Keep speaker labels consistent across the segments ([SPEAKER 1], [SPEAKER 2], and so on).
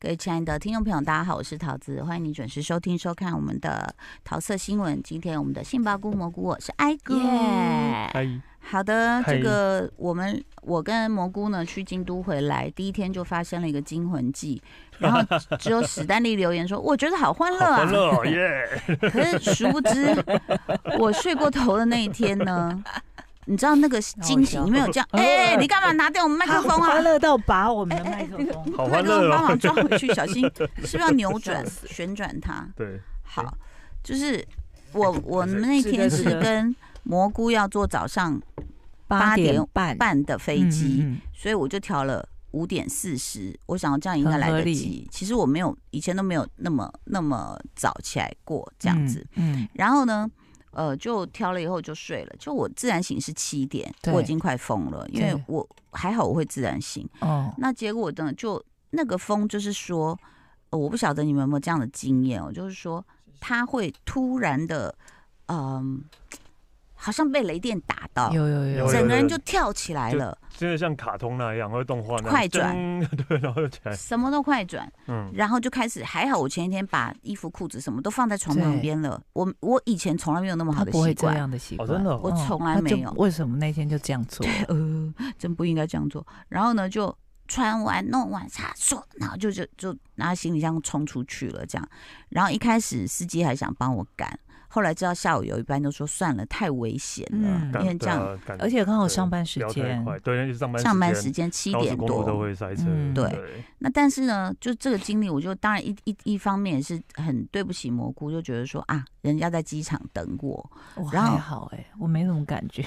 [SPEAKER 1] 各位亲爱的听众朋友，大家好，我是桃子，欢迎你准时收听收看我们的桃色新闻。今天我们的杏鲍菇蘑菇，我是艾哥。
[SPEAKER 2] 嗨，
[SPEAKER 1] 好的，这
[SPEAKER 2] 嗨
[SPEAKER 1] 个我们我跟蘑菇呢去京都回来，第一天就发生了一个惊魂记，然后只有史丹利留言说，我 觉得好欢乐
[SPEAKER 2] 好
[SPEAKER 1] 啊，
[SPEAKER 2] 欢乐哦耶！
[SPEAKER 1] 可是殊不知我睡过头的那一天呢，你知道那 个惊醒，
[SPEAKER 3] 好笑
[SPEAKER 1] 你们有这样，哎、你干嘛拿掉我们麦克风
[SPEAKER 3] 快
[SPEAKER 1] 啊？
[SPEAKER 3] 乐到拔我们的
[SPEAKER 1] 哎
[SPEAKER 3] 麦克风，
[SPEAKER 2] 好
[SPEAKER 1] 麦
[SPEAKER 2] 欢
[SPEAKER 1] 克风
[SPEAKER 2] 乐
[SPEAKER 1] 帮
[SPEAKER 2] 哦，
[SPEAKER 1] 忙抓回去，小 心，是不是要扭转、旋转它？
[SPEAKER 2] 对，哎
[SPEAKER 1] 好，就是我我们那天是
[SPEAKER 3] 是的是的
[SPEAKER 1] 跟蘑菇要坐早上八点
[SPEAKER 3] 半
[SPEAKER 1] 半的飞机，
[SPEAKER 3] 嗯嗯嗯
[SPEAKER 1] 所以我就调了五点四十，我想这样应该来
[SPEAKER 3] 很
[SPEAKER 1] 得
[SPEAKER 3] 合理
[SPEAKER 1] 及。其实我没有以前都没有那么那么早起来过这样子，，
[SPEAKER 3] 嗯，嗯
[SPEAKER 1] 然后呢，呃，就挑了以后就睡了。就我自然醒是七点，
[SPEAKER 3] 对
[SPEAKER 1] 我已经快疯了，因为
[SPEAKER 3] 对
[SPEAKER 1] 我还好我会自然醒。
[SPEAKER 3] 哦，
[SPEAKER 1] 那结果呢，就那个风就是说，呃我不晓得你们有没有这样的经验哦，就是说它会突然的，嗯、好像被雷电打到，
[SPEAKER 3] 有有有
[SPEAKER 2] 有
[SPEAKER 1] 整个人就跳起来了，
[SPEAKER 2] 真的像卡通那样，或者动画那样，
[SPEAKER 1] 快转
[SPEAKER 2] 噔， 对，然后就起来，
[SPEAKER 1] 什么都快转，
[SPEAKER 2] 嗯，
[SPEAKER 1] 然后就开始。还好我前一天把衣服、裤子什么都放在床旁
[SPEAKER 3] 对
[SPEAKER 1] 边了，我我以前从来没有那么好
[SPEAKER 3] 他
[SPEAKER 1] 的
[SPEAKER 3] 不会
[SPEAKER 1] 习
[SPEAKER 3] 这
[SPEAKER 1] 惯。
[SPEAKER 3] 样的习
[SPEAKER 2] 哦，
[SPEAKER 3] 惯，
[SPEAKER 2] 真的哦，
[SPEAKER 1] 我
[SPEAKER 3] 哦
[SPEAKER 1] 从来
[SPEAKER 3] 那
[SPEAKER 1] 没
[SPEAKER 3] 就
[SPEAKER 1] 有
[SPEAKER 3] 为什么那天就这样做？
[SPEAKER 1] 呃，真不应该这样做。然后呢，就穿完弄完擦说，然后就就就拿行李箱冲出去了，这样。然后一开始司机还想帮我赶，后来知道下午有一班就说算了，太危险了，
[SPEAKER 3] 嗯
[SPEAKER 1] 因为这样
[SPEAKER 2] 样
[SPEAKER 3] 而且刚好上班时间，
[SPEAKER 2] 快，对，那就上班
[SPEAKER 1] 上班时
[SPEAKER 2] 时
[SPEAKER 1] 间七
[SPEAKER 2] 高
[SPEAKER 1] 点
[SPEAKER 2] 速公路都
[SPEAKER 1] 多。
[SPEAKER 2] 会塞车，
[SPEAKER 3] 嗯
[SPEAKER 1] 对
[SPEAKER 2] 对，
[SPEAKER 1] 那但是呢，就这个经历，我就当然一一一方面也是很对不起蘑菇，就觉得说啊，人家在机场等我，
[SPEAKER 3] 我
[SPEAKER 1] 然后
[SPEAKER 3] 还好哎，我没什么感觉。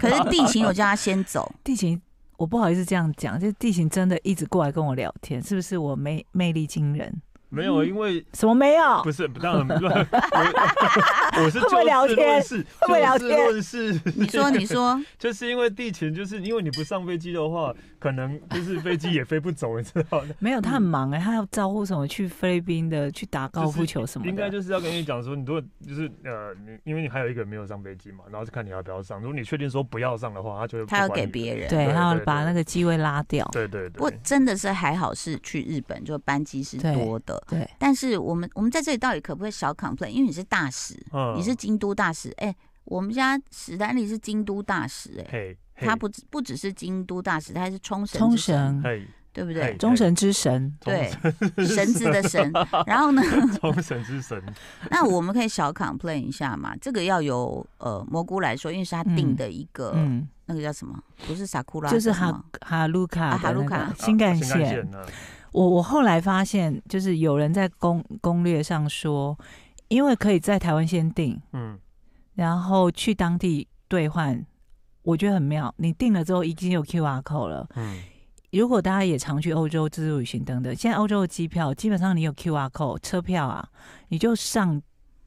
[SPEAKER 1] 可是地勤有叫他先 走，
[SPEAKER 3] 地形，我不好意思这样讲，这地形真的一直过来跟我聊天，是不是我魅魅力惊人？
[SPEAKER 2] 没有，因为
[SPEAKER 3] 什么没有
[SPEAKER 2] 不？是，当然，我我 是
[SPEAKER 3] 会不会聊
[SPEAKER 2] 就事论
[SPEAKER 3] 天
[SPEAKER 2] 事，
[SPEAKER 3] 会不会聊
[SPEAKER 2] 就
[SPEAKER 3] 天
[SPEAKER 2] 事论事，
[SPEAKER 1] 你说你说，
[SPEAKER 2] 就是因为地勤，就是因为你不上飞机的话，可能就是飞机也飞不走，你知道的。
[SPEAKER 3] 没有，他很忙哎，他要招呼什么去菲律宾的，去打高尔夫球什么
[SPEAKER 2] 应该
[SPEAKER 3] 的。
[SPEAKER 2] 就是要跟你讲说，你如果就是呃，你因为你还有一个人没有上飞机嘛，然后就看你要不要上。如果你确定说不要上的话，他就会不
[SPEAKER 1] 他要
[SPEAKER 2] 管
[SPEAKER 1] 给
[SPEAKER 2] 你
[SPEAKER 1] 别人。
[SPEAKER 3] 对，
[SPEAKER 2] 对
[SPEAKER 3] 他
[SPEAKER 2] 对
[SPEAKER 3] 要把
[SPEAKER 2] 对
[SPEAKER 3] 那个机位拉掉。
[SPEAKER 2] 对对对，
[SPEAKER 1] 我真的是还好是去日本，就班机是
[SPEAKER 3] 对
[SPEAKER 1] 多的，
[SPEAKER 3] 对，
[SPEAKER 1] 但是我们我们在这里到底可不可以小 complain？因为你是大使，
[SPEAKER 2] 嗯
[SPEAKER 1] 你是京都大使，哎、我们家史丹利是京都大使、哎，
[SPEAKER 2] 嘿，嘿
[SPEAKER 1] 他不只不只是京都大使，他还是冲绳
[SPEAKER 3] 冲
[SPEAKER 1] 之神，
[SPEAKER 3] 绳，
[SPEAKER 2] 嘿
[SPEAKER 1] 对不对
[SPEAKER 2] 嘿？
[SPEAKER 3] 冲绳之神，
[SPEAKER 1] 对，绳子的 绳。然后呢，
[SPEAKER 2] 冲绳之神，啊
[SPEAKER 1] 那我们可以小 complain 一下嘛？这个要由呃蘑菇来说，因为是他定的一个、
[SPEAKER 3] 嗯，
[SPEAKER 1] 那个叫什么？不是 sakura，
[SPEAKER 3] 就是
[SPEAKER 1] 什
[SPEAKER 3] 哈
[SPEAKER 1] 么？
[SPEAKER 3] 哈鲁卡
[SPEAKER 1] 啊哈
[SPEAKER 3] 的
[SPEAKER 1] 鲁
[SPEAKER 3] 那
[SPEAKER 1] 卡
[SPEAKER 3] 个新干
[SPEAKER 2] 线，新干
[SPEAKER 3] 线。
[SPEAKER 2] 线啊
[SPEAKER 3] 我我后来发现，就是有人在攻攻略上说，因为可以在台湾先订，
[SPEAKER 2] 嗯，
[SPEAKER 3] 然后去当地兑换，我觉得很妙。你订了之后已经有 QR code 了。
[SPEAKER 2] 嗯
[SPEAKER 3] 如果大家也常去欧洲自助旅行等等，现在欧洲的机票基本上你有 QR code 车票啊，你就上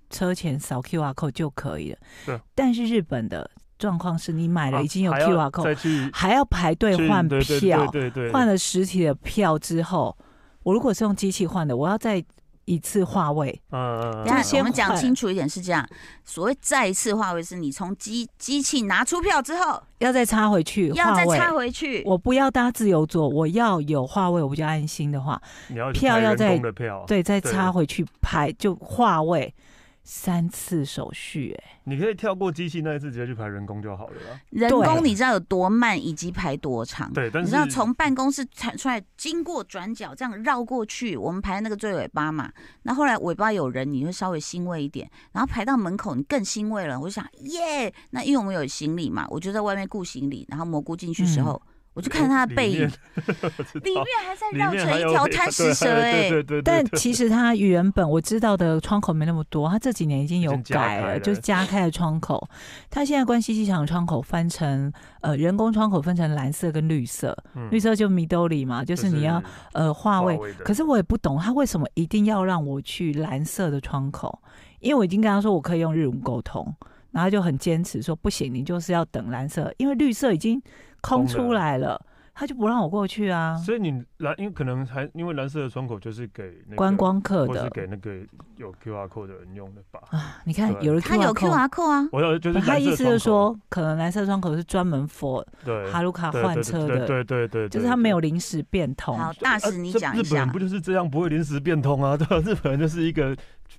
[SPEAKER 3] 车前扫 QR code 就可以了。
[SPEAKER 2] 对。
[SPEAKER 3] 但是日本的状况是你买了哎已经有
[SPEAKER 2] 啊还要
[SPEAKER 3] QR code，
[SPEAKER 2] 再去
[SPEAKER 3] 还要排队
[SPEAKER 2] 去
[SPEAKER 3] 换
[SPEAKER 2] 对对
[SPEAKER 3] 票，
[SPEAKER 2] 对对对，嗯
[SPEAKER 3] 换了实体的票之后，我如果是用机器换的，我要再一次划位。
[SPEAKER 2] 嗯嗯嗯
[SPEAKER 1] 等一
[SPEAKER 3] 就是
[SPEAKER 1] 下，
[SPEAKER 3] 先
[SPEAKER 1] 啊我们讲
[SPEAKER 3] 换
[SPEAKER 1] 清楚一点是这样：所谓再一次化为是你从机机器拿出票之后，
[SPEAKER 3] 要再插回去，
[SPEAKER 1] 要再
[SPEAKER 3] 划位
[SPEAKER 1] 插回去。
[SPEAKER 3] 我不要搭自由座，我要有话位，我比较安心的话，
[SPEAKER 2] 你要去
[SPEAKER 3] 票
[SPEAKER 2] 拍
[SPEAKER 3] 要
[SPEAKER 2] 人
[SPEAKER 3] 再
[SPEAKER 2] 工的票，
[SPEAKER 1] 嗯
[SPEAKER 3] 对，再
[SPEAKER 2] 对
[SPEAKER 3] 插回去排就话位三次手续、哎，
[SPEAKER 2] 你可以跳过机器那一次，直接去排人工就好了啦。
[SPEAKER 1] 人工
[SPEAKER 3] 对
[SPEAKER 1] 你知道有多慢，以及排多长？
[SPEAKER 2] 对，但
[SPEAKER 1] 你
[SPEAKER 2] 是
[SPEAKER 1] 知道从办公室产出来，经过转角这样绕过去，我们排那个最尾巴嘛。那后来尾巴有人，你会稍微欣慰一点。然后排到门口，你更欣慰了。我就想耶，那因为我们有行李嘛，我就在外面顾行李。然后蘑菇进去时候，我就看他的背影，
[SPEAKER 2] 哎里
[SPEAKER 1] 里面还在
[SPEAKER 2] 里
[SPEAKER 1] 绕
[SPEAKER 2] 面
[SPEAKER 1] 成
[SPEAKER 2] 还
[SPEAKER 1] 一
[SPEAKER 2] 有
[SPEAKER 1] 条贪食蛇哎、
[SPEAKER 2] 对对对对对
[SPEAKER 3] 但其实它原本我知道的窗口没那么多，它这几年已经有
[SPEAKER 2] 已经加
[SPEAKER 3] 改
[SPEAKER 2] 开了
[SPEAKER 3] 了，就是加开了窗口。它现在关西机场的窗口分成呃人工窗口分成蓝色跟绿色，
[SPEAKER 2] 嗯
[SPEAKER 3] 绿色就米兜里嘛，就是你要呃话位。
[SPEAKER 2] 位的
[SPEAKER 3] 可是我也不懂他为什么一定要让我去蓝色的窗口，因为我已经跟他说我可以用日文沟通，然后他就很坚持说不行，你就是要等蓝色，因为绿色已经空出来了。他就不让我过去啊。
[SPEAKER 2] 所以你蓝，因为可能还因为蓝色的窗口就是给那个
[SPEAKER 3] 观光客
[SPEAKER 2] 或是
[SPEAKER 3] 的
[SPEAKER 2] 给那个有 QR code 的人用的吧。
[SPEAKER 3] 啊，你看
[SPEAKER 2] 对
[SPEAKER 3] 有了
[SPEAKER 1] 他有
[SPEAKER 3] QR code，
[SPEAKER 1] QR code 啊，
[SPEAKER 2] 我要就是
[SPEAKER 3] 他
[SPEAKER 2] 蓝色
[SPEAKER 3] 意
[SPEAKER 2] 的
[SPEAKER 3] 思
[SPEAKER 2] 窗
[SPEAKER 3] 就是
[SPEAKER 2] 口，
[SPEAKER 3] 说，可能蓝色窗口是专门 for
[SPEAKER 2] 对，
[SPEAKER 3] 哈鲁卡
[SPEAKER 2] 对
[SPEAKER 3] 换车
[SPEAKER 2] 对对
[SPEAKER 3] 的，
[SPEAKER 2] 对对对，
[SPEAKER 3] 就是
[SPEAKER 2] 对
[SPEAKER 3] 他没有。临时变通。
[SPEAKER 1] 好，
[SPEAKER 2] 对
[SPEAKER 1] 大
[SPEAKER 2] 呃
[SPEAKER 1] 使啊你
[SPEAKER 2] 这
[SPEAKER 1] 讲一
[SPEAKER 2] 日本人
[SPEAKER 1] 下
[SPEAKER 2] 不。就是这样，不会临时变通啊？对 吧？日本人就是一个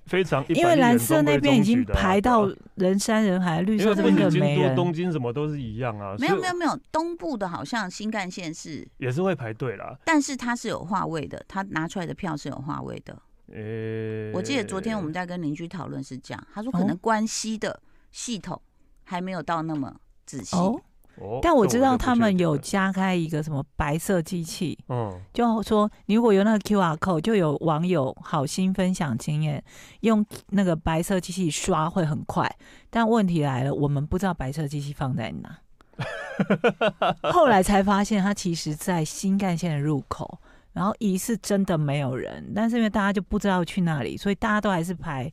[SPEAKER 2] 非常一板
[SPEAKER 3] 因为
[SPEAKER 2] 一眼
[SPEAKER 3] 蓝色
[SPEAKER 2] 中规
[SPEAKER 3] 那边已
[SPEAKER 2] 中矩
[SPEAKER 3] 经
[SPEAKER 2] 的啊
[SPEAKER 3] 排
[SPEAKER 2] 对
[SPEAKER 3] 到
[SPEAKER 2] 啊
[SPEAKER 3] 人山人海，绿
[SPEAKER 2] 因为
[SPEAKER 3] 色
[SPEAKER 2] 不
[SPEAKER 3] 这
[SPEAKER 2] 仅
[SPEAKER 3] 边更
[SPEAKER 2] 京
[SPEAKER 3] 没
[SPEAKER 2] 都、
[SPEAKER 3] 人。
[SPEAKER 2] 东京什么都是一样啊，
[SPEAKER 1] 没有
[SPEAKER 2] 所以
[SPEAKER 1] 没有没有，东部的好像新干线是，
[SPEAKER 2] 也是会排队啦。
[SPEAKER 1] 但是它是有话位的，它拿出来的票是有话位的。
[SPEAKER 2] 呃，
[SPEAKER 1] 我记得昨天我们在跟邻居讨论是这样，他说可
[SPEAKER 3] 哦
[SPEAKER 1] 能关西的系统还没有到那么仔细。
[SPEAKER 3] 哦，
[SPEAKER 2] 哦，
[SPEAKER 3] 但我
[SPEAKER 2] 这
[SPEAKER 3] 知道
[SPEAKER 2] 就不
[SPEAKER 3] 他
[SPEAKER 2] 确
[SPEAKER 3] 们
[SPEAKER 2] 定
[SPEAKER 3] 有
[SPEAKER 2] 了
[SPEAKER 3] 加开一个什么白色机器，
[SPEAKER 2] 嗯，
[SPEAKER 3] 就说你如果有那个 QR code，就有网友好心分享经验，用那个白色机器刷会很快。但问题来了，我们不知道白色机器放在哪，后来才发现它其实在新干线的入口。然后疑似真的没有人，但是因为大家就不知道去那里，所以大家都还是排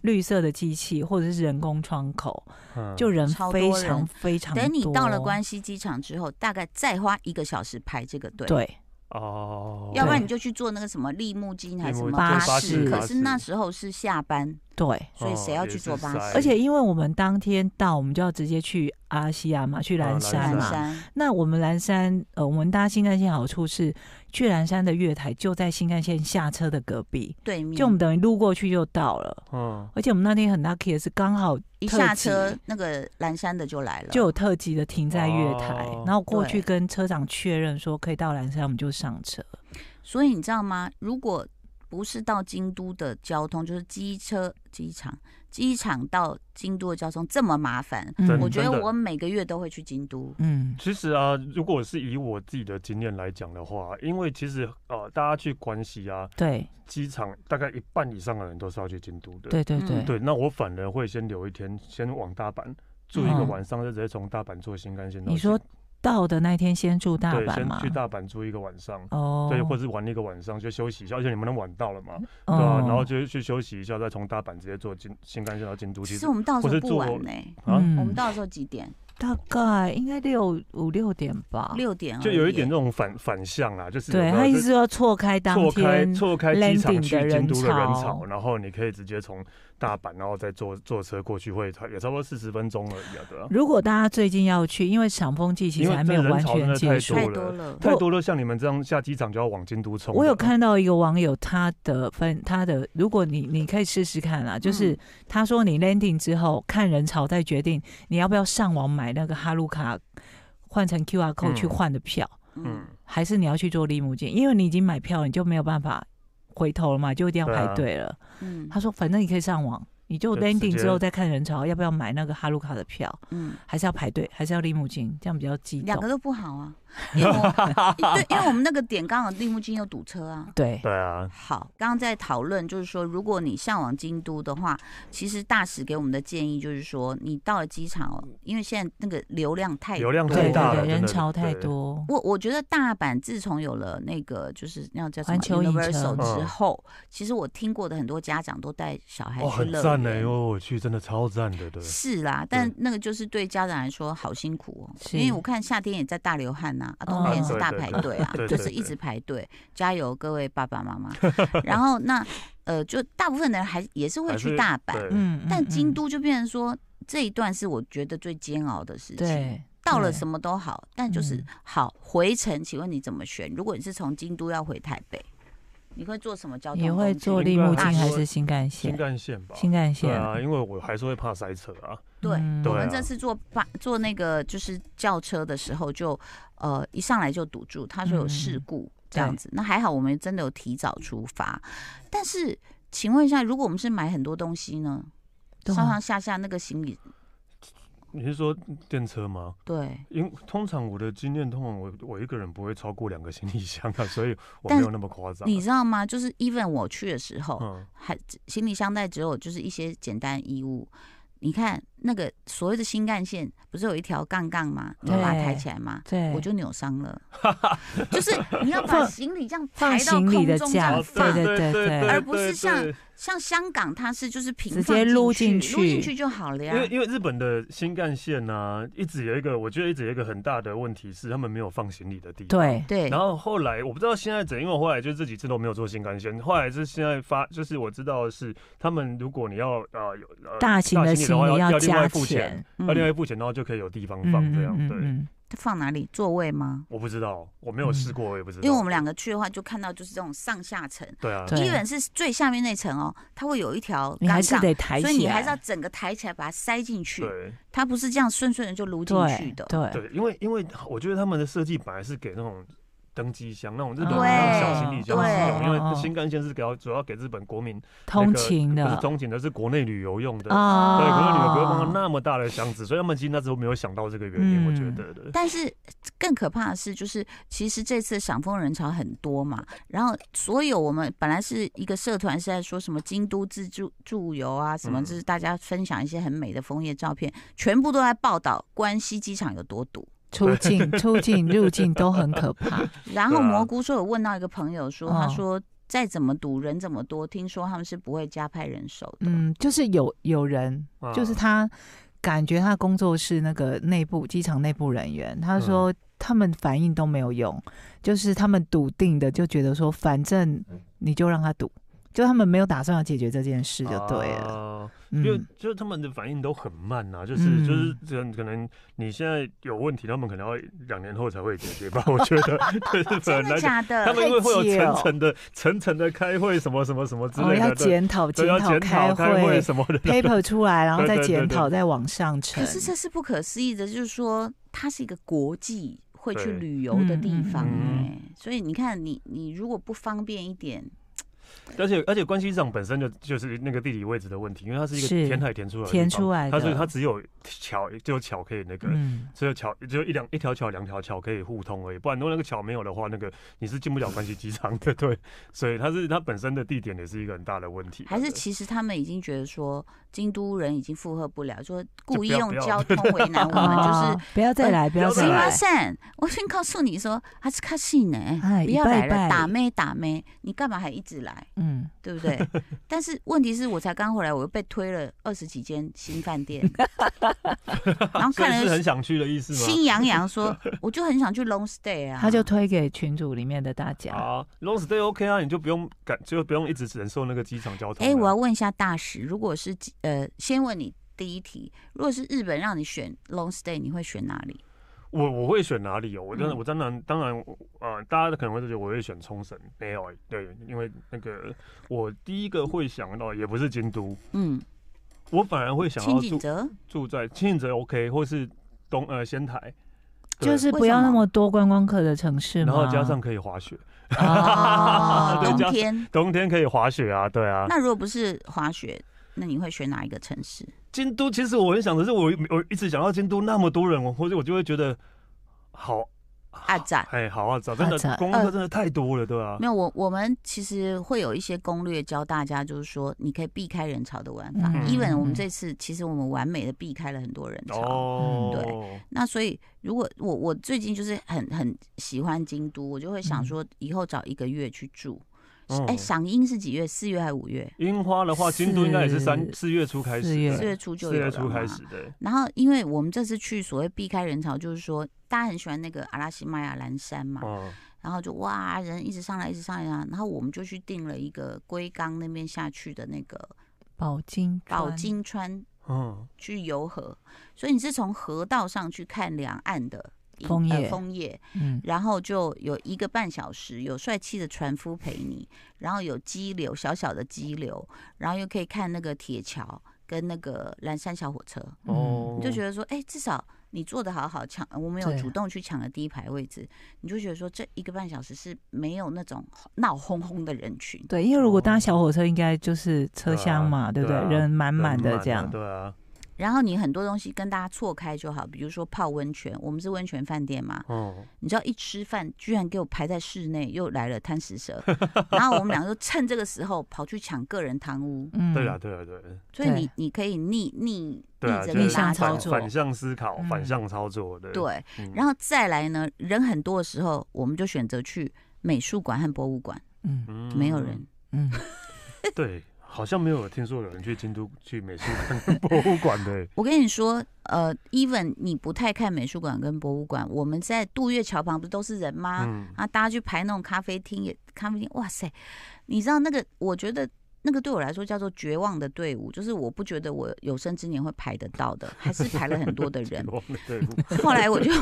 [SPEAKER 3] 绿色的机器或者是人工窗口，
[SPEAKER 2] 嗯
[SPEAKER 3] 就人
[SPEAKER 1] 超多
[SPEAKER 3] 非
[SPEAKER 1] 人
[SPEAKER 3] 常非常多。
[SPEAKER 1] 等你到了关西机场之后，大概再花一个小时排这个队。
[SPEAKER 3] 对，
[SPEAKER 2] 哦，
[SPEAKER 1] 要不然
[SPEAKER 3] 对
[SPEAKER 1] 你就去坐那个什么立木金还是
[SPEAKER 2] 立
[SPEAKER 1] 什
[SPEAKER 2] 木
[SPEAKER 1] 么
[SPEAKER 3] 巴
[SPEAKER 1] 士，
[SPEAKER 3] 士
[SPEAKER 1] 可
[SPEAKER 2] 巴
[SPEAKER 1] 是
[SPEAKER 2] 士
[SPEAKER 1] 那时候是下班，
[SPEAKER 3] 对，
[SPEAKER 1] 所以谁
[SPEAKER 2] 哦
[SPEAKER 1] 要
[SPEAKER 2] 也
[SPEAKER 1] 去
[SPEAKER 2] 是
[SPEAKER 1] 坐巴
[SPEAKER 2] 塞
[SPEAKER 1] 士？
[SPEAKER 3] 而且因为我们当天到，我们就要直接去阿西亚嘛，去
[SPEAKER 2] 啊
[SPEAKER 3] 蓝
[SPEAKER 2] 蓝
[SPEAKER 3] 山
[SPEAKER 1] 南
[SPEAKER 3] 嘛。
[SPEAKER 1] 山
[SPEAKER 3] 那我们蓝山，呃，我们搭新干线好处是，去蓝山的月台就在新干线下车的隔壁，
[SPEAKER 1] 对面，
[SPEAKER 3] 就我们等于路过去就到了。
[SPEAKER 2] 嗯，
[SPEAKER 3] 而且我们那天很 lucky 的是，刚好
[SPEAKER 1] 一
[SPEAKER 3] 特
[SPEAKER 1] 下
[SPEAKER 3] 急
[SPEAKER 1] 车那个蓝山的就来了，
[SPEAKER 3] 就有特急的停在月台，
[SPEAKER 2] 哦
[SPEAKER 3] 然后过去
[SPEAKER 1] 对
[SPEAKER 3] 跟车长确认说可以到蓝山，我们就上车。
[SPEAKER 1] 所以你知道吗？如果不是到京都的交通，就是机车、机场、机场到京都的交通这么麻烦，
[SPEAKER 2] 真
[SPEAKER 1] 嗯我觉得
[SPEAKER 2] 嗯真的
[SPEAKER 1] 我每个月都会去京都。
[SPEAKER 3] 嗯，
[SPEAKER 2] 其实啊，如果是以我自己的经验来讲的话，因为其实呃，大家去关西啊，
[SPEAKER 3] 对
[SPEAKER 2] 机场大概一半以上的人都是要去京都的。
[SPEAKER 3] 对对
[SPEAKER 1] 嗯
[SPEAKER 3] 对，
[SPEAKER 2] 对，那我反而会先留一天，先往大阪住一个
[SPEAKER 3] 嗯
[SPEAKER 2] 晚上，就直接从大阪坐新干线到京。
[SPEAKER 3] 你说到的那天先住大
[SPEAKER 2] 对，
[SPEAKER 3] 阪
[SPEAKER 2] 先
[SPEAKER 3] 嘛
[SPEAKER 2] 去？大阪住一个晚上。
[SPEAKER 3] 哦，
[SPEAKER 2] 对，或者是玩一个晚上，就休息一下，而且你们能晚到了嘛？
[SPEAKER 3] 哦
[SPEAKER 2] 对啊，然后就去休息一下，再从大阪直接坐京新干线到京都。
[SPEAKER 1] 其
[SPEAKER 2] 其
[SPEAKER 1] 实
[SPEAKER 2] 实
[SPEAKER 1] 我们到的时候
[SPEAKER 2] 或是
[SPEAKER 1] 不
[SPEAKER 2] 坐
[SPEAKER 1] 晚呢、
[SPEAKER 2] 啊，
[SPEAKER 3] 嗯
[SPEAKER 1] 我们到的时候几点？
[SPEAKER 3] 大概应该六五六点吧。
[SPEAKER 1] 六点而已，
[SPEAKER 2] 就有一点这种反反向啊，就是
[SPEAKER 3] 对
[SPEAKER 2] 有没有
[SPEAKER 3] 他意
[SPEAKER 2] 就
[SPEAKER 3] 思要错开当
[SPEAKER 2] 错开
[SPEAKER 3] 天，
[SPEAKER 2] 错开机场
[SPEAKER 3] landing
[SPEAKER 2] 去
[SPEAKER 3] 的
[SPEAKER 2] 京
[SPEAKER 3] 人
[SPEAKER 2] 都的人潮
[SPEAKER 3] 潮，
[SPEAKER 2] 然后你可以直接从大阪，然后再坐坐车过去，会也差不多四十分钟而已啊，对啊。
[SPEAKER 3] 如果大家最近要去，因为赏枫季其
[SPEAKER 2] 因
[SPEAKER 3] 实
[SPEAKER 2] 为
[SPEAKER 3] 还没有
[SPEAKER 2] 这人
[SPEAKER 3] 完
[SPEAKER 2] 潮真
[SPEAKER 3] 全
[SPEAKER 2] 的
[SPEAKER 3] 结
[SPEAKER 2] 太
[SPEAKER 3] 束。
[SPEAKER 1] 太
[SPEAKER 2] 多
[SPEAKER 1] 多
[SPEAKER 2] 了
[SPEAKER 1] 了。
[SPEAKER 2] 太多都像你们这样下机场就要往京都冲的。
[SPEAKER 3] 我有看到一个网友，他的分他的，如果你你可以试试看
[SPEAKER 2] 嗯
[SPEAKER 3] 啦，就是他说你 landing 之后看人潮再决定你要不要上网买那个哈鲁卡换成 QR code 去
[SPEAKER 2] 嗯
[SPEAKER 3] 换的票，
[SPEAKER 1] 嗯
[SPEAKER 2] 嗯，，
[SPEAKER 3] 还是你要去做立木镜，因为你已经买票，你就没有办法回头了嘛，就一定要
[SPEAKER 2] 对啊
[SPEAKER 3] 排队了。
[SPEAKER 1] 嗯
[SPEAKER 3] 他说反正你可以上网，你就
[SPEAKER 2] 就直
[SPEAKER 3] landing 之
[SPEAKER 2] 接
[SPEAKER 3] 后再看人潮要不要买那个哈鲁卡的票。
[SPEAKER 1] 嗯，
[SPEAKER 3] 还是要排队，还是要立木金，这样比较激
[SPEAKER 1] 两
[SPEAKER 3] 动
[SPEAKER 1] 个。都不好 啊，因为我对，因为我们那个点刚好立木金又堵车啊。
[SPEAKER 3] 对，
[SPEAKER 2] 对啊，
[SPEAKER 1] 好，刚刚在讨论就是说，如果你向往京都的话，其实大使给我们的建议就是说，你到了机场哦，因为现在那个流量太
[SPEAKER 2] 流量
[SPEAKER 3] 对
[SPEAKER 2] 太
[SPEAKER 3] 对
[SPEAKER 2] 大了，
[SPEAKER 3] 对，
[SPEAKER 2] 真
[SPEAKER 3] 人
[SPEAKER 2] 的
[SPEAKER 3] 潮太。
[SPEAKER 2] 对
[SPEAKER 3] 多。嗯
[SPEAKER 1] 我我觉得大阪自从有了那个就是那叫什么
[SPEAKER 3] 环球影城
[SPEAKER 1] Universal 之
[SPEAKER 2] 嗯
[SPEAKER 1] 后，其实我听过的很多家长都带小孩
[SPEAKER 2] 哦，
[SPEAKER 1] 去
[SPEAKER 2] 很
[SPEAKER 1] 乐
[SPEAKER 2] 赞呢，
[SPEAKER 1] 园。
[SPEAKER 2] 哦，我去真的超赞的，对。
[SPEAKER 1] 是啦，但那个就是对家长来说好辛苦哦，
[SPEAKER 3] 是哦
[SPEAKER 1] 因为我看夏天也在大流汗呐、啊，冬天也是大排队啊，
[SPEAKER 2] 嗯对对对
[SPEAKER 1] 就
[SPEAKER 2] 对
[SPEAKER 1] 是一直排队，加油各位爸爸妈 妈。然后那呃，就大部分的人还也是会
[SPEAKER 2] 还
[SPEAKER 1] 去
[SPEAKER 2] 是
[SPEAKER 1] 大阪，
[SPEAKER 2] 对
[SPEAKER 3] 嗯，嗯
[SPEAKER 1] 但京
[SPEAKER 3] 嗯
[SPEAKER 1] 都就变成说这一段是我觉得最煎熬的事情。
[SPEAKER 3] 对
[SPEAKER 1] 到了什
[SPEAKER 3] 么？
[SPEAKER 1] 么都好，但就是
[SPEAKER 3] 嗯
[SPEAKER 1] 好回程，请问你怎么选？如果你是从京都要回台北，你会坐什么交通
[SPEAKER 3] 你
[SPEAKER 1] 工具？
[SPEAKER 3] 会坐
[SPEAKER 2] 立
[SPEAKER 3] 立
[SPEAKER 2] 木
[SPEAKER 3] 木
[SPEAKER 2] 金
[SPEAKER 3] 金
[SPEAKER 1] 还
[SPEAKER 3] 还
[SPEAKER 2] 是
[SPEAKER 3] 是新干
[SPEAKER 2] 新
[SPEAKER 3] 线？
[SPEAKER 2] 干线吧，
[SPEAKER 3] 新干
[SPEAKER 2] 对
[SPEAKER 3] 线
[SPEAKER 2] 啊啊，因为我还是会怕塞车啊。
[SPEAKER 1] 对
[SPEAKER 3] 嗯
[SPEAKER 1] 我
[SPEAKER 2] 对
[SPEAKER 1] 们
[SPEAKER 2] 啊
[SPEAKER 1] 这次坐巴坐那个就是轿车的时候就，呃一上来就堵住，他说有事故、这样子。那还好我们真的有提早出发，但是请问一下，如果我们是买很多东西呢？
[SPEAKER 3] 对
[SPEAKER 1] 上
[SPEAKER 3] 啊
[SPEAKER 1] 上下下那个行李，
[SPEAKER 2] 你是说电车吗？
[SPEAKER 1] 对，
[SPEAKER 2] 因为通常我的经验，通常我我一个人不会超过两个行李箱啊，所以我
[SPEAKER 1] 但
[SPEAKER 2] 没有那么夸张。
[SPEAKER 1] 你知道吗？就是 even 我去的时候，
[SPEAKER 2] 嗯，
[SPEAKER 1] 还行李箱带只有就是一些简单衣物。你看，那个所谓的新干线不是有一条杠杠吗？你要把它抬起来吗？
[SPEAKER 3] 对，
[SPEAKER 1] 我就扭伤 了，就是你要把
[SPEAKER 3] 哎放
[SPEAKER 1] 行李这样
[SPEAKER 3] 放
[SPEAKER 1] 抬到
[SPEAKER 3] 行李
[SPEAKER 1] 空
[SPEAKER 3] 的
[SPEAKER 1] 中这
[SPEAKER 3] 架
[SPEAKER 1] 样
[SPEAKER 3] 子，
[SPEAKER 1] 放。
[SPEAKER 3] 啊对对
[SPEAKER 2] 啊对
[SPEAKER 3] 对，
[SPEAKER 2] 对
[SPEAKER 1] 而不是像
[SPEAKER 2] 对
[SPEAKER 1] 像香港，它是就是平
[SPEAKER 3] 直
[SPEAKER 1] 放
[SPEAKER 3] 接撸
[SPEAKER 1] 进
[SPEAKER 3] 进
[SPEAKER 1] 撸进
[SPEAKER 3] 去
[SPEAKER 1] 去就好了呀
[SPEAKER 2] 因。为因为日本的新干线呢、一直有一个，我觉得一直有一个很大的问题是他们没有放行李的地方。
[SPEAKER 3] 对
[SPEAKER 1] 对
[SPEAKER 2] 然，后后来我不知道现在怎样，因为我后来就这几次都没有做新干线。后来是现在发，就是我知道的是他们如果你要呃有呃
[SPEAKER 3] 大型的行
[SPEAKER 2] 行
[SPEAKER 3] 李
[SPEAKER 2] 李要另
[SPEAKER 3] 加
[SPEAKER 2] 外付钱
[SPEAKER 3] 钱，
[SPEAKER 2] 要另
[SPEAKER 1] 嗯，
[SPEAKER 2] 外付钱，然后就可以有地方放这样。对，
[SPEAKER 3] 嗯
[SPEAKER 1] 它放哪里？座位吗？
[SPEAKER 2] 我不知道，我没有试过，我也不知道。
[SPEAKER 1] 因为我们两个去的话，就看到就是这种上下层，
[SPEAKER 2] 对啊，
[SPEAKER 3] 对
[SPEAKER 1] 医院是最下面那层哦，它会有一条
[SPEAKER 3] 你
[SPEAKER 1] 杆
[SPEAKER 3] 还是
[SPEAKER 1] 杠，
[SPEAKER 3] 得抬起
[SPEAKER 1] 所
[SPEAKER 3] 来，
[SPEAKER 1] 以你还是要整个抬起来把它塞进去，
[SPEAKER 2] 对
[SPEAKER 1] 它不是这样顺顺的就撸进去的。
[SPEAKER 3] 对对
[SPEAKER 2] 对，因为因为我觉得他们的设计本来是给那种。登机箱那种日本
[SPEAKER 1] 对
[SPEAKER 2] 那种小行李箱
[SPEAKER 1] 对
[SPEAKER 2] 使用，因
[SPEAKER 3] 哦哦
[SPEAKER 2] 为新干线是给到主要给日本国民
[SPEAKER 3] 通勤
[SPEAKER 2] 不是
[SPEAKER 3] 的
[SPEAKER 2] 通勤的，是国内旅游用的。
[SPEAKER 3] 啊，
[SPEAKER 2] 对，国内旅游不会放到那么大的箱子，所以他们其实那时候没有想到这个原因，我觉得的。
[SPEAKER 1] 但是更可怕的是，就是其实这次赏枫人潮很多嘛，然后所有我们本来是一个社团是在说什么京都自助助游啊，什么
[SPEAKER 2] 嗯
[SPEAKER 1] 就是大家分享一些很美的枫叶照片，全部都在报道关西机场有多堵。
[SPEAKER 3] 出境、出境、入境都很可 怕。
[SPEAKER 1] 然后
[SPEAKER 2] 对啊
[SPEAKER 1] 蘑菇说有问到一个朋友说，他
[SPEAKER 3] 哦
[SPEAKER 1] 说再怎么堵人怎么多，听说他们是不会加派人手的。
[SPEAKER 3] 嗯，就是有有人，
[SPEAKER 2] 啊
[SPEAKER 3] 嗯就是他感觉他工作室那个内部机场内部人员，他
[SPEAKER 2] 嗯
[SPEAKER 3] 说他们反应都没有用，就是他们笃定的就觉得说，反正
[SPEAKER 2] 嗯
[SPEAKER 3] 你就让他赌，就他们没有打算要解决这件事就对了。
[SPEAKER 2] 啊因为
[SPEAKER 3] 嗯，
[SPEAKER 2] 就是他们的反应都很慢呐、就
[SPEAKER 3] 嗯
[SPEAKER 2] 是就是这可能你现在有问题，他们可能要两年后才会解决吧，我觉得。 对，日本
[SPEAKER 1] 真
[SPEAKER 2] 人来
[SPEAKER 1] 的
[SPEAKER 2] 讲，
[SPEAKER 1] 假
[SPEAKER 2] 他
[SPEAKER 1] 的？
[SPEAKER 2] 们因为会有
[SPEAKER 3] 太解哦
[SPEAKER 2] 层层的层层的开会，什么什么什么之
[SPEAKER 3] 哦，
[SPEAKER 2] 类
[SPEAKER 3] 要
[SPEAKER 2] 的，对
[SPEAKER 3] 检讨、
[SPEAKER 2] 对，要
[SPEAKER 3] 讨、
[SPEAKER 2] 检讨开
[SPEAKER 3] 会
[SPEAKER 2] 会 什么的。
[SPEAKER 3] ，paper 出来，然后
[SPEAKER 2] 对
[SPEAKER 3] 再
[SPEAKER 2] 对对
[SPEAKER 3] 检讨，
[SPEAKER 2] 对
[SPEAKER 3] 再往上呈
[SPEAKER 1] 可。是这是不可思议的，就是说它是一个国际会去
[SPEAKER 2] 对
[SPEAKER 1] 旅游的地方
[SPEAKER 2] 嗯嗯
[SPEAKER 1] 哎、所以你看你你如果不方便一点，
[SPEAKER 2] 而且而且关西机场本身就就是那个地理位置的问题，因为它是一个
[SPEAKER 3] 是
[SPEAKER 2] 填海填出来的地
[SPEAKER 3] 填
[SPEAKER 2] 方
[SPEAKER 3] 出来
[SPEAKER 2] 它所以
[SPEAKER 3] 的
[SPEAKER 2] 它只有桥只有桥可以那个。
[SPEAKER 3] 嗯，
[SPEAKER 2] 只有桥，只有一两一条桥、两条桥可以互通而已，不然如果那个桥没有的话，那个你是进不了关西机场的， 对。所以它是它本身的地点也是一个很大的问题。
[SPEAKER 1] 还是
[SPEAKER 2] 对
[SPEAKER 1] 其实他们已经觉得说京都人已经负荷不了，说故意
[SPEAKER 2] 就不要
[SPEAKER 1] 用
[SPEAKER 2] 不要
[SPEAKER 1] 交通为难我们，嗯就是
[SPEAKER 3] 哦不要再来，不要
[SPEAKER 2] 不
[SPEAKER 3] 再
[SPEAKER 1] 行
[SPEAKER 2] 要
[SPEAKER 1] 吗？
[SPEAKER 3] 来。
[SPEAKER 1] 善，我先告诉你说，还是卡西呢
[SPEAKER 3] 哎，
[SPEAKER 1] 不要来了，
[SPEAKER 3] 一拜一拜
[SPEAKER 1] 打妹打妹，你干嘛还一直来，
[SPEAKER 3] 嗯，
[SPEAKER 1] 对 不对？但是问题是我才刚回来，我又被推了二十几间新饭店， 然后
[SPEAKER 2] 所以
[SPEAKER 1] 看
[SPEAKER 2] 是
[SPEAKER 1] 了
[SPEAKER 2] 很想去的意思吗？
[SPEAKER 1] 心痒痒， 说我就很想去 long stay 啊，
[SPEAKER 3] 他就推给群组里面的大家。
[SPEAKER 2] 啊，long stay OK 啊，你就不用感，就不用一直忍受那个机场交通啊
[SPEAKER 1] 哎、
[SPEAKER 2] 了。
[SPEAKER 1] 我要问一下大使，如果是呃，先问你第一题，如果是日本让你选 long stay，你会选哪里？
[SPEAKER 2] 我我会选哪里哦？我真的
[SPEAKER 1] 嗯
[SPEAKER 2] 我当然当然，我呃，大家可能会觉得我会选冲绳，没有欸对，因为那个我第一个会想到也不是京都，
[SPEAKER 1] 嗯，
[SPEAKER 2] 我反而会想
[SPEAKER 1] 清
[SPEAKER 2] 要
[SPEAKER 1] 景
[SPEAKER 2] 住
[SPEAKER 1] 泽
[SPEAKER 2] 住在清泽 OK，或是东呃仙台，对
[SPEAKER 3] 就是不要那么多观光客的城市
[SPEAKER 2] 然
[SPEAKER 3] 嘛，啊
[SPEAKER 2] 后加 上可以滑雪，，
[SPEAKER 1] 哦
[SPEAKER 2] 对
[SPEAKER 1] 冬
[SPEAKER 2] 加
[SPEAKER 1] 天。
[SPEAKER 2] 冬天可以滑雪啊，对啊。
[SPEAKER 1] 那如果不是滑雪，那你会选哪一个城市？
[SPEAKER 2] 京都其实我很想的是我，我一直想到京都那么多人，我或者我就会觉得好
[SPEAKER 1] 阿展
[SPEAKER 2] 哎，好啊，早真的
[SPEAKER 3] 啊早
[SPEAKER 2] 观光客真的太多了，对吧、
[SPEAKER 1] 没有，我我们其实会有一些攻略教大家，就是说你可以避开人潮的玩法。
[SPEAKER 3] 嗯
[SPEAKER 1] even 我们
[SPEAKER 3] 嗯
[SPEAKER 1] 这次其实我们完美的避开了很多人潮。
[SPEAKER 2] 哦，
[SPEAKER 1] 嗯对那所以，如果我我最近就是很很喜欢京都，我就会想说以后找一个月去住。哎、
[SPEAKER 2] 嗯
[SPEAKER 1] 赏樱是几月？四月还是五月？
[SPEAKER 2] 樱花的话，京都应该也是三
[SPEAKER 3] 四
[SPEAKER 2] 四月初开始
[SPEAKER 3] 四月
[SPEAKER 2] 的，
[SPEAKER 3] 对
[SPEAKER 1] 四月初就
[SPEAKER 2] 四
[SPEAKER 1] 有
[SPEAKER 2] 月
[SPEAKER 1] 了
[SPEAKER 2] 初
[SPEAKER 1] 嘛
[SPEAKER 2] 开始的，
[SPEAKER 1] 然后，因为我们这次去所谓避开人潮，就是说大家很喜欢那个阿拉西麦亚蓝山嘛，
[SPEAKER 2] 哦，
[SPEAKER 1] 然后就哇人一直上来，一直上来啊，然后我们就去订了一个龟冈那边下去的那个
[SPEAKER 3] 宝金川
[SPEAKER 1] 宝，金川
[SPEAKER 2] 嗯，
[SPEAKER 1] 去游河，所以你是从河道上去看两岸的银
[SPEAKER 3] 枫叶
[SPEAKER 1] 呃枫叶，
[SPEAKER 3] 嗯，
[SPEAKER 1] 然后就有一个半小时，有帅气的船夫陪你，然后有激流小小的激流，然后又可以看那个铁桥跟那个蓝山小火车，
[SPEAKER 2] 哦，
[SPEAKER 1] 你就觉得说，哎、至少你做的好好抢，我们有
[SPEAKER 3] 对
[SPEAKER 1] 主动去抢了第一排位置，你就觉得说这一个半小时是没有那种闹哄哄的人群。
[SPEAKER 3] 对，因为如果搭小火车，应该就是车厢嘛，对不对？
[SPEAKER 2] 哦对啊
[SPEAKER 3] 人
[SPEAKER 2] 人
[SPEAKER 3] 满满的
[SPEAKER 2] 啊
[SPEAKER 3] 这样，
[SPEAKER 2] 对啊，
[SPEAKER 1] 然后你很多东西跟大家错开就好，比如说泡温泉，我们是温泉饭店嘛，
[SPEAKER 2] 哦，
[SPEAKER 1] 你知道一吃饭居然给我排在室内，又来了贪食蛇，然后我们两个就趁这个时候跑去抢个人堂屋，
[SPEAKER 3] 嗯
[SPEAKER 2] 对啊，对啊，对啊，
[SPEAKER 1] 所以
[SPEAKER 3] 对
[SPEAKER 1] 你你可以逆逆
[SPEAKER 2] 对啊，
[SPEAKER 1] 逆着
[SPEAKER 2] 就是
[SPEAKER 1] 你
[SPEAKER 3] 逆向
[SPEAKER 1] 拉
[SPEAKER 3] 操
[SPEAKER 1] 走
[SPEAKER 2] 反
[SPEAKER 3] 作
[SPEAKER 2] 反向思考、
[SPEAKER 3] 嗯
[SPEAKER 2] 反向操作的。，
[SPEAKER 1] 对，
[SPEAKER 2] 嗯
[SPEAKER 1] 然后再来呢，人很多的时候，我们就选择去美术馆和博物馆，
[SPEAKER 3] 嗯
[SPEAKER 2] 嗯
[SPEAKER 1] 没有人。
[SPEAKER 3] 嗯，
[SPEAKER 2] 对，好像没有听说有人去京都去美术馆、 跟博物馆的。
[SPEAKER 1] 我跟你说，呃，even 你不太看美术馆跟博物馆，我们在渡月桥旁不是都是人吗？
[SPEAKER 2] 嗯，。
[SPEAKER 1] 啊，大家去排那种咖啡厅也咖啡厅，哇塞！你知道那个，我觉得那个对我来说叫做绝望的队伍，就是我不觉得我有生之年会排得到的，还是排了很多的人
[SPEAKER 2] 我们队伍
[SPEAKER 1] 后来我就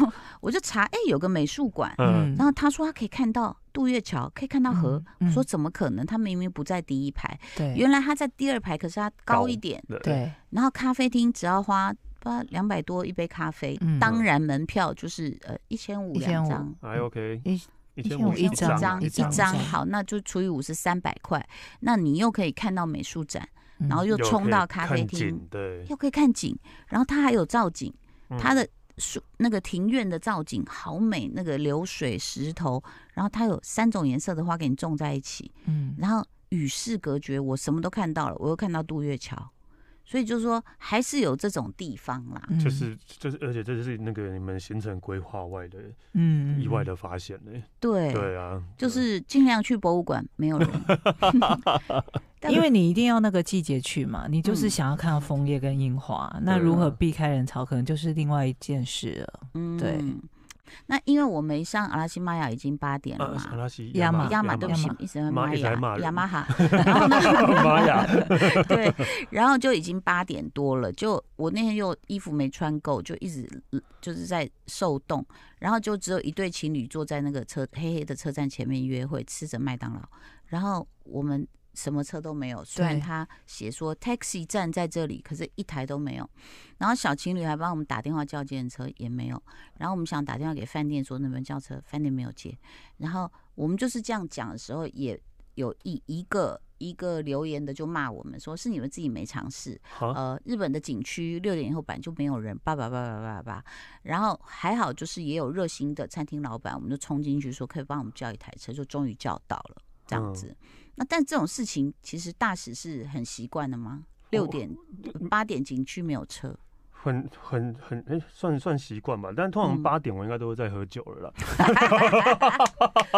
[SPEAKER 1] 我就查，哎、有个美术馆，
[SPEAKER 2] 嗯，
[SPEAKER 1] 然后他说他可以看到渡月桥，可以看到河。
[SPEAKER 3] 嗯，嗯
[SPEAKER 1] 我说怎么可能？他明明不在第一排，
[SPEAKER 3] 对
[SPEAKER 1] 原来他在第二排，可是他高一点。
[SPEAKER 2] 对，
[SPEAKER 3] 对，
[SPEAKER 1] 然后咖啡厅只要花不两百多一杯咖啡，
[SPEAKER 3] 嗯
[SPEAKER 1] 当然门票就是呃一千五两张。
[SPEAKER 2] 还哎 OK，
[SPEAKER 3] 一
[SPEAKER 2] 一
[SPEAKER 3] 千
[SPEAKER 2] 千
[SPEAKER 3] 五
[SPEAKER 2] 五
[SPEAKER 3] 一张
[SPEAKER 1] 张
[SPEAKER 3] 一
[SPEAKER 1] 一
[SPEAKER 3] 张
[SPEAKER 1] 张好，那就除以五是三百块。那你又可以看到美术展，
[SPEAKER 3] 嗯
[SPEAKER 1] 然后又
[SPEAKER 2] 有可
[SPEAKER 1] 冲
[SPEAKER 2] 以
[SPEAKER 1] 到咖啡
[SPEAKER 2] 看
[SPEAKER 1] 厅，
[SPEAKER 2] 景，对，
[SPEAKER 1] 又可以看景，然后它还有造景，
[SPEAKER 2] 嗯
[SPEAKER 1] 它的树那个庭院的造景好美，那个流水石头，然后它有三种颜色的花给你种在一起，
[SPEAKER 3] 嗯
[SPEAKER 1] 然后与世隔绝，我什么都看到了，我又看到渡月桥，所以就是说还是有这种地方啦。
[SPEAKER 3] 嗯
[SPEAKER 2] 就是就是，而且这就是那个你们行程规划外的
[SPEAKER 3] 嗯
[SPEAKER 2] 意外的发现呢。
[SPEAKER 1] 对，
[SPEAKER 2] 对啊，
[SPEAKER 1] 就
[SPEAKER 2] 对
[SPEAKER 1] 是尽量去博物馆，没有人， 但
[SPEAKER 3] 因为你一定要那个季节去嘛，你就是
[SPEAKER 1] 嗯
[SPEAKER 3] 想要看到枫叶跟樱花，那
[SPEAKER 2] 对
[SPEAKER 3] 如何
[SPEAKER 2] 啊
[SPEAKER 3] 避开人潮，可能就是另外一件事了。
[SPEAKER 1] 嗯
[SPEAKER 3] 对。
[SPEAKER 1] 那因为我们上阿拉西玛雅已经八点了
[SPEAKER 2] 啊，阿
[SPEAKER 1] 嘛，
[SPEAKER 2] 拉西
[SPEAKER 3] 亚马
[SPEAKER 1] 亚马对不起
[SPEAKER 3] 亚马，
[SPEAKER 1] 一直在
[SPEAKER 2] 妈
[SPEAKER 1] 骂
[SPEAKER 2] 一直在骂
[SPEAKER 1] 雅
[SPEAKER 2] 人
[SPEAKER 1] 雅马 哈，然后呢，
[SPEAKER 2] 玛雅，
[SPEAKER 1] 对，然后就已经八点多了，就我那天又衣服没穿够，就一直呃就是在受冻，然后就只有一对情侣坐在那个车黑黑的车站前面约会，吃着麦当劳，然后我们什么车都没有，虽然
[SPEAKER 3] 对
[SPEAKER 1] 他写说 taxi 站在这里，可是一台都没有，然后小情侣还帮我们打电话叫计程车也没有，然后我们想打电话给饭店说能不能叫车，饭店没有接，然后我们就是这样讲的时候也。有一一个一个留言的就骂我们说是你们自己没尝试，
[SPEAKER 2] 好，
[SPEAKER 1] 呃，日本的景区六点以后本来就没有人，叭叭叭叭叭叭，然后还好就是也有热心的餐厅老板，我们就冲进去说可以帮我们叫一台车，就终于叫到了这样
[SPEAKER 2] 嗯
[SPEAKER 1] 子。那但这种事情其实大使是很习惯的吗？六点八点景区没有车，
[SPEAKER 2] 很很很，哎，算算习惯吧。但通常
[SPEAKER 1] 嗯
[SPEAKER 2] 八点我应该都会在喝酒了啦。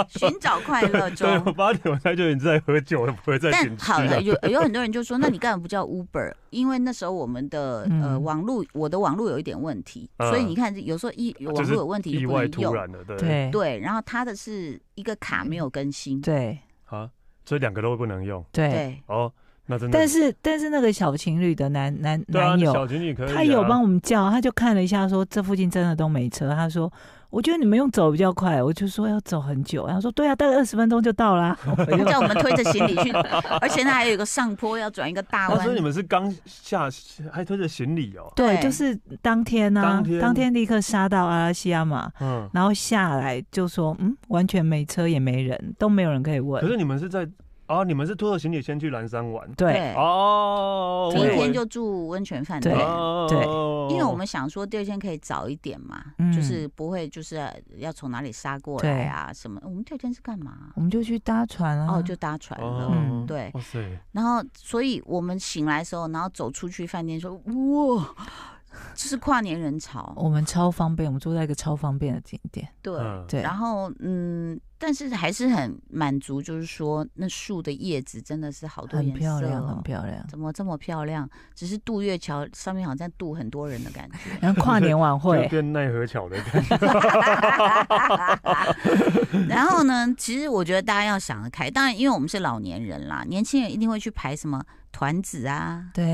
[SPEAKER 1] 寻找快乐
[SPEAKER 2] 对，我
[SPEAKER 1] 中。
[SPEAKER 2] 八点我应该就已经在啊喝酒了，不会再
[SPEAKER 1] 但
[SPEAKER 2] 景区
[SPEAKER 1] 好了，
[SPEAKER 2] 了。
[SPEAKER 1] 有有很多人就说，那你干嘛不叫 Uber？因为那时候我们的呃
[SPEAKER 3] 嗯
[SPEAKER 1] 网络，我的网络有一点问题，
[SPEAKER 2] 嗯
[SPEAKER 1] 所以你看有时候一网
[SPEAKER 2] 是
[SPEAKER 1] 络有问题
[SPEAKER 2] 意
[SPEAKER 1] 就不
[SPEAKER 2] 外
[SPEAKER 1] 能
[SPEAKER 2] 突
[SPEAKER 1] 用。
[SPEAKER 2] 然的，对
[SPEAKER 3] 对
[SPEAKER 1] 对，然后他的是一个卡没有更新，
[SPEAKER 3] 对
[SPEAKER 2] 啊，所以两个都不能用
[SPEAKER 3] 对，
[SPEAKER 1] 对，
[SPEAKER 2] 哦。那真的，
[SPEAKER 3] 但是但是那个小情侣的男男
[SPEAKER 2] 对啊，
[SPEAKER 3] 男友，
[SPEAKER 2] 小情侣可以啊，
[SPEAKER 3] 他有帮我们叫，他就看了一下，说这附近真的都没车。他说，我觉得你们用走比较快。我就说要走很久，然后说对啊，大概二十分钟就到 啦。我就
[SPEAKER 1] 叫我们推着行李去，而且那还有一个上坡要转一个大
[SPEAKER 2] 啊。
[SPEAKER 3] 哦
[SPEAKER 2] 所以你
[SPEAKER 1] 弯，
[SPEAKER 2] 们是刚下还推着行李哦，
[SPEAKER 3] 对，
[SPEAKER 1] 对
[SPEAKER 3] 就是当天呢、
[SPEAKER 2] 当天
[SPEAKER 3] 立刻杀到阿拉西亚嘛，
[SPEAKER 2] 嗯。
[SPEAKER 3] 然后下来就说，嗯，完全没车也没人，都没有人可以问
[SPEAKER 2] 可。是你们是在啊，你们是拖着行李先去蓝山玩
[SPEAKER 3] 对，
[SPEAKER 2] 哦，
[SPEAKER 1] 明
[SPEAKER 2] 我以为
[SPEAKER 1] 天就住温泉饭
[SPEAKER 3] 对
[SPEAKER 1] 店。
[SPEAKER 2] 哦
[SPEAKER 3] 对
[SPEAKER 1] 因为我们想说第二天可以早一点嘛，
[SPEAKER 3] 嗯
[SPEAKER 1] 就是不会就是要从哪里杀过来啊什么。我们第二天是干嘛？
[SPEAKER 3] 我们就去搭船啊。
[SPEAKER 1] 哦，就搭船了。
[SPEAKER 2] 哦
[SPEAKER 3] 嗯
[SPEAKER 1] 对
[SPEAKER 2] 哇塞，
[SPEAKER 1] 然后，所以我们醒来的时候，然后走出去饭店说：“哇，这是跨年人潮。
[SPEAKER 3] 我们超方便，我们住在一个超方便的景点。”
[SPEAKER 1] 对，
[SPEAKER 2] 嗯，
[SPEAKER 3] 对，
[SPEAKER 1] 然后嗯，但是还是很满足，就是说那树的叶子真的是好多
[SPEAKER 3] 很
[SPEAKER 1] 颜色、
[SPEAKER 3] 漂
[SPEAKER 1] 哦，
[SPEAKER 3] 亮，很漂亮。
[SPEAKER 1] 怎么这么漂亮？只是渡月桥上面好像渡很多人的 感
[SPEAKER 3] 然后跨年晚
[SPEAKER 2] 就
[SPEAKER 3] 会，
[SPEAKER 2] 变奈何桥的感觉，
[SPEAKER 1] 觉。然后呢，其实我觉得大家要想得开，当然因为我们是老年人啦，年轻人一定会去排什么团子 啊、
[SPEAKER 3] 对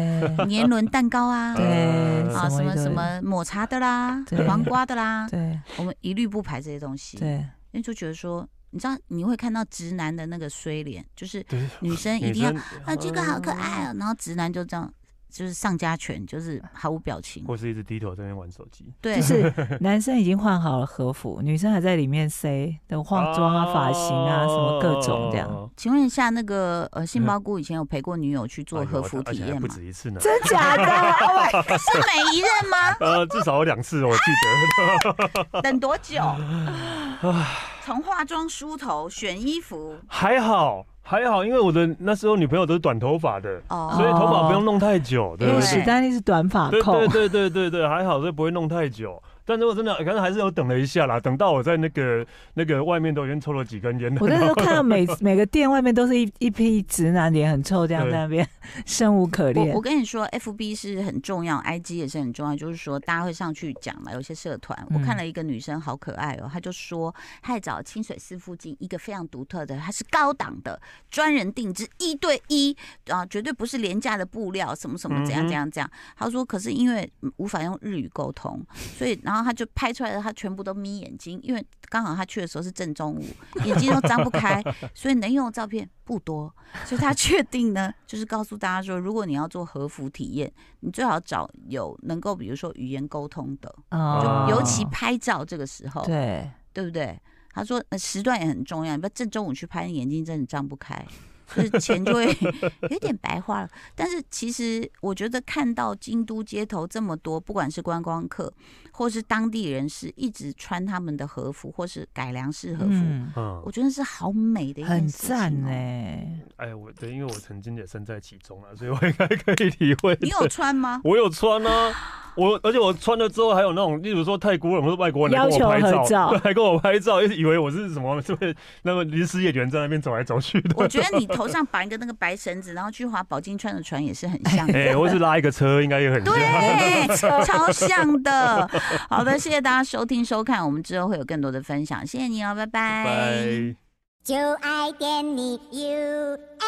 [SPEAKER 1] 年轮蛋糕啊。
[SPEAKER 3] 对，
[SPEAKER 2] 呃
[SPEAKER 1] 啊，什么
[SPEAKER 3] 都
[SPEAKER 1] 什么抹茶的啦
[SPEAKER 3] 对，
[SPEAKER 1] 黄瓜的啦，
[SPEAKER 3] 对
[SPEAKER 1] 我们一律不排这些东西。
[SPEAKER 3] 对，
[SPEAKER 1] 因为就觉得说，你知道你会看到直男的那个衰脸，就是
[SPEAKER 2] 对，
[SPEAKER 1] 女生一
[SPEAKER 2] 女
[SPEAKER 1] 定要
[SPEAKER 2] 生嗯
[SPEAKER 1] 啊这个好可爱哦，然后直男就这样就是上家犬， 就是毫无表情。
[SPEAKER 2] 或是一直低头在那边玩手机，
[SPEAKER 1] 对
[SPEAKER 3] 就，是男生已经换好了和服，女生还在里面塞的化妆啊、发型啊，什么各种这样。
[SPEAKER 2] 哦。
[SPEAKER 1] 请问一下，那个呃，杏鲍菇以前有陪过女友去做和服
[SPEAKER 2] 哎呦而
[SPEAKER 1] 体
[SPEAKER 2] 且还
[SPEAKER 1] 验
[SPEAKER 2] 不
[SPEAKER 1] 吗？
[SPEAKER 2] 止一次呢，
[SPEAKER 3] 真 假的？Oh my
[SPEAKER 1] 是每一任吗？
[SPEAKER 2] 呃，至少有两次我记得。
[SPEAKER 1] 等多 久？从化妆、梳头、选衣服，
[SPEAKER 2] 还好还好，因为我的那时候女朋友都是短头发的，
[SPEAKER 1] 哦，
[SPEAKER 2] 所以头发不用弄太久，对
[SPEAKER 3] 因
[SPEAKER 2] 不
[SPEAKER 3] 为
[SPEAKER 2] 对
[SPEAKER 1] 是？
[SPEAKER 3] 史丹利是短发
[SPEAKER 2] 对
[SPEAKER 3] 控
[SPEAKER 2] 对，对对对对，还好，所以不会弄太久。但如果真的，可能还是有等了一下啦，等到我在那个那个外面都已经抽了几根烟了
[SPEAKER 3] 我。那 时候看到每每个店外面都是一一批直男，脸很臭，这样
[SPEAKER 2] 对
[SPEAKER 3] 在那边生无可
[SPEAKER 1] 我
[SPEAKER 3] 恋
[SPEAKER 1] 我。跟你说，FB 是很重要，IG 也是很重要。就是说，大家会上去讲嘛，有些社团。我看
[SPEAKER 3] 嗯
[SPEAKER 1] 了一个女生好可爱哦，她就说，她还找清水寺附近一个非常独特的，它是高档的专人定制，一对一啊，绝对不是廉价的布料，什么什么怎样
[SPEAKER 2] 嗯哼
[SPEAKER 1] 怎样怎样。她说，可是因为嗯无法用日语沟通，所以然后她就拍出来的，她全部都眯眼睛，因为刚好她去的时候是正 中午，眼睛都张不开，所以能用的照片不多。所以他确定呢， 就是告诉大家说，如果你要做和服体验，你最好找有能够，比如说语言沟通的，
[SPEAKER 2] 啊
[SPEAKER 3] 哦
[SPEAKER 1] 尤其拍照这个时候，
[SPEAKER 3] 对，
[SPEAKER 1] 对不对？他说、呃、时段也很重要，你不要正中午去拍，你眼睛真的张不开，就是钱就会 有点白花了。但是其实我觉得看到京都街头这么多，不管是观光客或是当地人士，一直穿他们的和服或是改良式和服，
[SPEAKER 3] 嗯，
[SPEAKER 2] 嗯
[SPEAKER 1] 我，觉得是好美的一件
[SPEAKER 3] 很
[SPEAKER 1] 事情、哦。
[SPEAKER 3] 赞欸呢、
[SPEAKER 2] 哎，我对，因为我曾经也身在其中了，所以我应该可以体会。
[SPEAKER 1] 你有穿吗？
[SPEAKER 2] 我有穿啊，我而且我穿了之后还有那种，例如说泰国人或者外国人来
[SPEAKER 3] 要
[SPEAKER 2] 跟我
[SPEAKER 3] 求
[SPEAKER 2] 拍
[SPEAKER 3] 合
[SPEAKER 2] 照，
[SPEAKER 3] 照
[SPEAKER 2] 对，还跟我拍照，一直以为我是什么，对，那么临时演员在那边走来走去的。
[SPEAKER 1] 我觉得你头上绑一个那个白绳子，然后去划宝金川的船也是很像的。
[SPEAKER 2] 哎、或是拉一个车，应该也很像。
[SPEAKER 1] 对，超像的。好的，谢谢大家收听收看，我们之后会有更多的分享，谢谢你哦，拜拜
[SPEAKER 2] 拜。
[SPEAKER 4] 就爱点你 UFO。